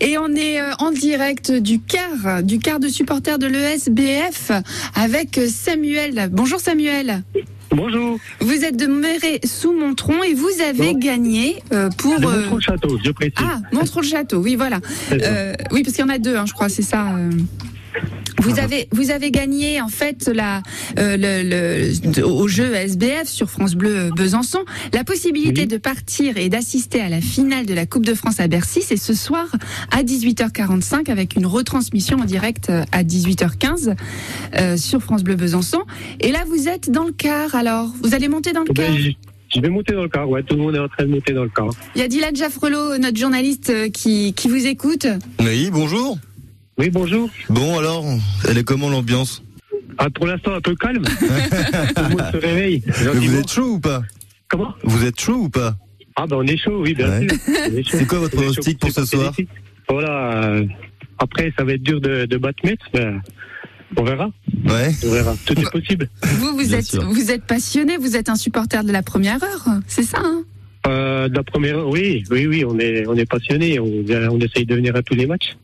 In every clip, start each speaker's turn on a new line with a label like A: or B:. A: Et on est euh, en direct du quart, du quart de supporters de l'ESBF avec euh, Samuel. Bonjour Samuel.
B: Bonjour,
A: Vous êtes de Méré sous Montron et vous avez
B: Bon.
A: gagné euh, pour.
B: de
A: euh,
B: Montreux le Château, je précise.
A: Ah, Montreux-le-Château, oui, voilà.
B: C'est ça.
A: Euh, oui, parce qu'il y en a deux, hein, je crois, c'est ça. euh. Vous avez, vous avez gagné en fait la, euh, le, le- au jeu SBF sur France Bleu euh, Besançon la possibilité
B: Oui.
A: de partir et d'assister à la finale de la Coupe de France à Bercy. C'est ce soir à 18h45 avec une retransmission en direct euh, à 18h15 euh, sur France Bleu Besançon. Et là, vous êtes dans le car. Alors, vous allez monter dans le
B: Eh
A: car.
B: ben, je- je vais monter dans le car, ouais, tout le monde est en train de monter dans le car.
A: Il y a Dylan Jaffrelo, notre journaliste, euh, qui, qui vous écoute.
C: Oui, bonjour.
B: Oui, bonjour.
C: Bon alors, elle est comment l'ambiance
B: Ah, pour l'instant, un peu calme. tout le monde se réveille.
C: Vous
B: gentiment.
C: êtes chaud ou pas
B: Comment
C: Vous êtes chaud ou pas
B: Ah, ben on est chaud, oui, bien
C: Ouais.
B: sûr. On est chaud.
C: C'est quoi votre
B: On est chaud
C: pronostic pour ce soir
B: supporter d'ici. Voilà, euh, après, ça va être dur de, de battre Metz, mais on verra,
C: Ouais.
B: on verra. Tout est possible.
A: Vous, vous
C: Bien
A: êtes,
C: sûr.
A: vous êtes passionné, vous êtes un supporter de la première heure, c'est ça hein
B: Euh, de la première, heure, oui, oui, oui, on est, on est passionné, on, on essaye de venir à tous les matchs.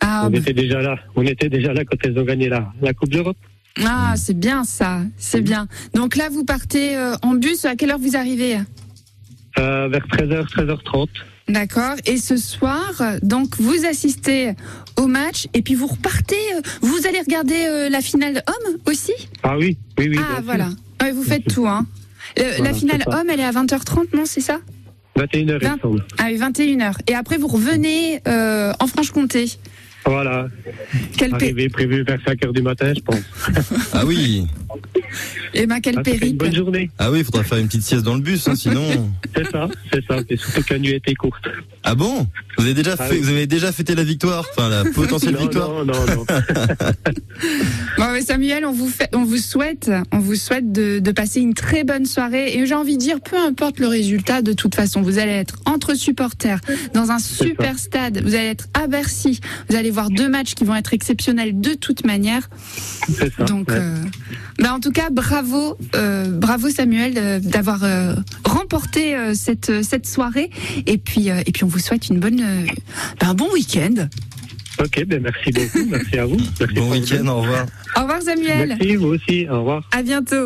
A: Ah,
B: on
A: bah,
B: était déjà là, on était déjà là quand elles ont gagné la, la Coupe d'Europe.
A: ah, c'est bien ça, c'est bien. Donc là, vous partez euh, en bus, à quelle heure vous arrivez
B: Euh, vers 13h, 13h30.
A: D'accord. Et ce soir, euh, donc, vous assistez au match et puis vous repartez, euh, vous allez regarder euh, la finale homme aussi
B: Ah oui, oui, oui. bien
A: Ah,
B: sûr.
A: voilà. Ouais, vous faites tout, hein. Euh,
B: Voilà,
A: la finale
B: c'est ça.
A: homme, elle est à 20h30, non, c'est ça
B: 21h, il
A: Vingt-
B: me semble.
A: Ah, 21h. Et après, vous revenez euh, en Franche-Comté.
B: Voilà,
A: Quel pé-
B: arrivée prévue vers 5h du matin, je pense.
C: Ah oui.
A: eh ben, quel
B: Ah, c'était une
A: périple.
B: bonne journée,
C: Ah oui, faudra faire une petite sieste dans le bus, hein, sinon.
B: c'est ça, c'est ça. Et surtout que la nuit était courte.
C: Ah bon Vous avez déjà
B: Ah
C: fait,
B: oui.
C: vous avez déjà fêté la victoire, enfin la potentielle
B: non,
C: victoire.
B: non, non, non.
A: Bon, mais Samuel, on vous, fait, on vous souhaite, on vous souhaite de, de passer une très bonne soirée. Et j'ai envie de dire, peu importe le résultat, de toute façon, vous allez être entre supporters, dans un super stade, vous allez être à Bercy, vous allez voir deux matchs qui vont être exceptionnels de toute manière.
B: C'est ça.
A: Donc,
B: Ah, ouais.
A: euh, bah, en tout cas, bravo, euh, bravo Samuel euh, d'avoir euh, remporté euh, cette, euh, cette soirée. Et puis, euh, et puis, on vous souhaite une bonne, euh, bah, un bon week-end.
B: Ok, ben merci beaucoup, merci à vous. Merci
C: Bon
B: pour
C: week-end, au revoir.
A: Au revoir Samuel,
B: Merci, vous aussi, au revoir.
A: à bientôt.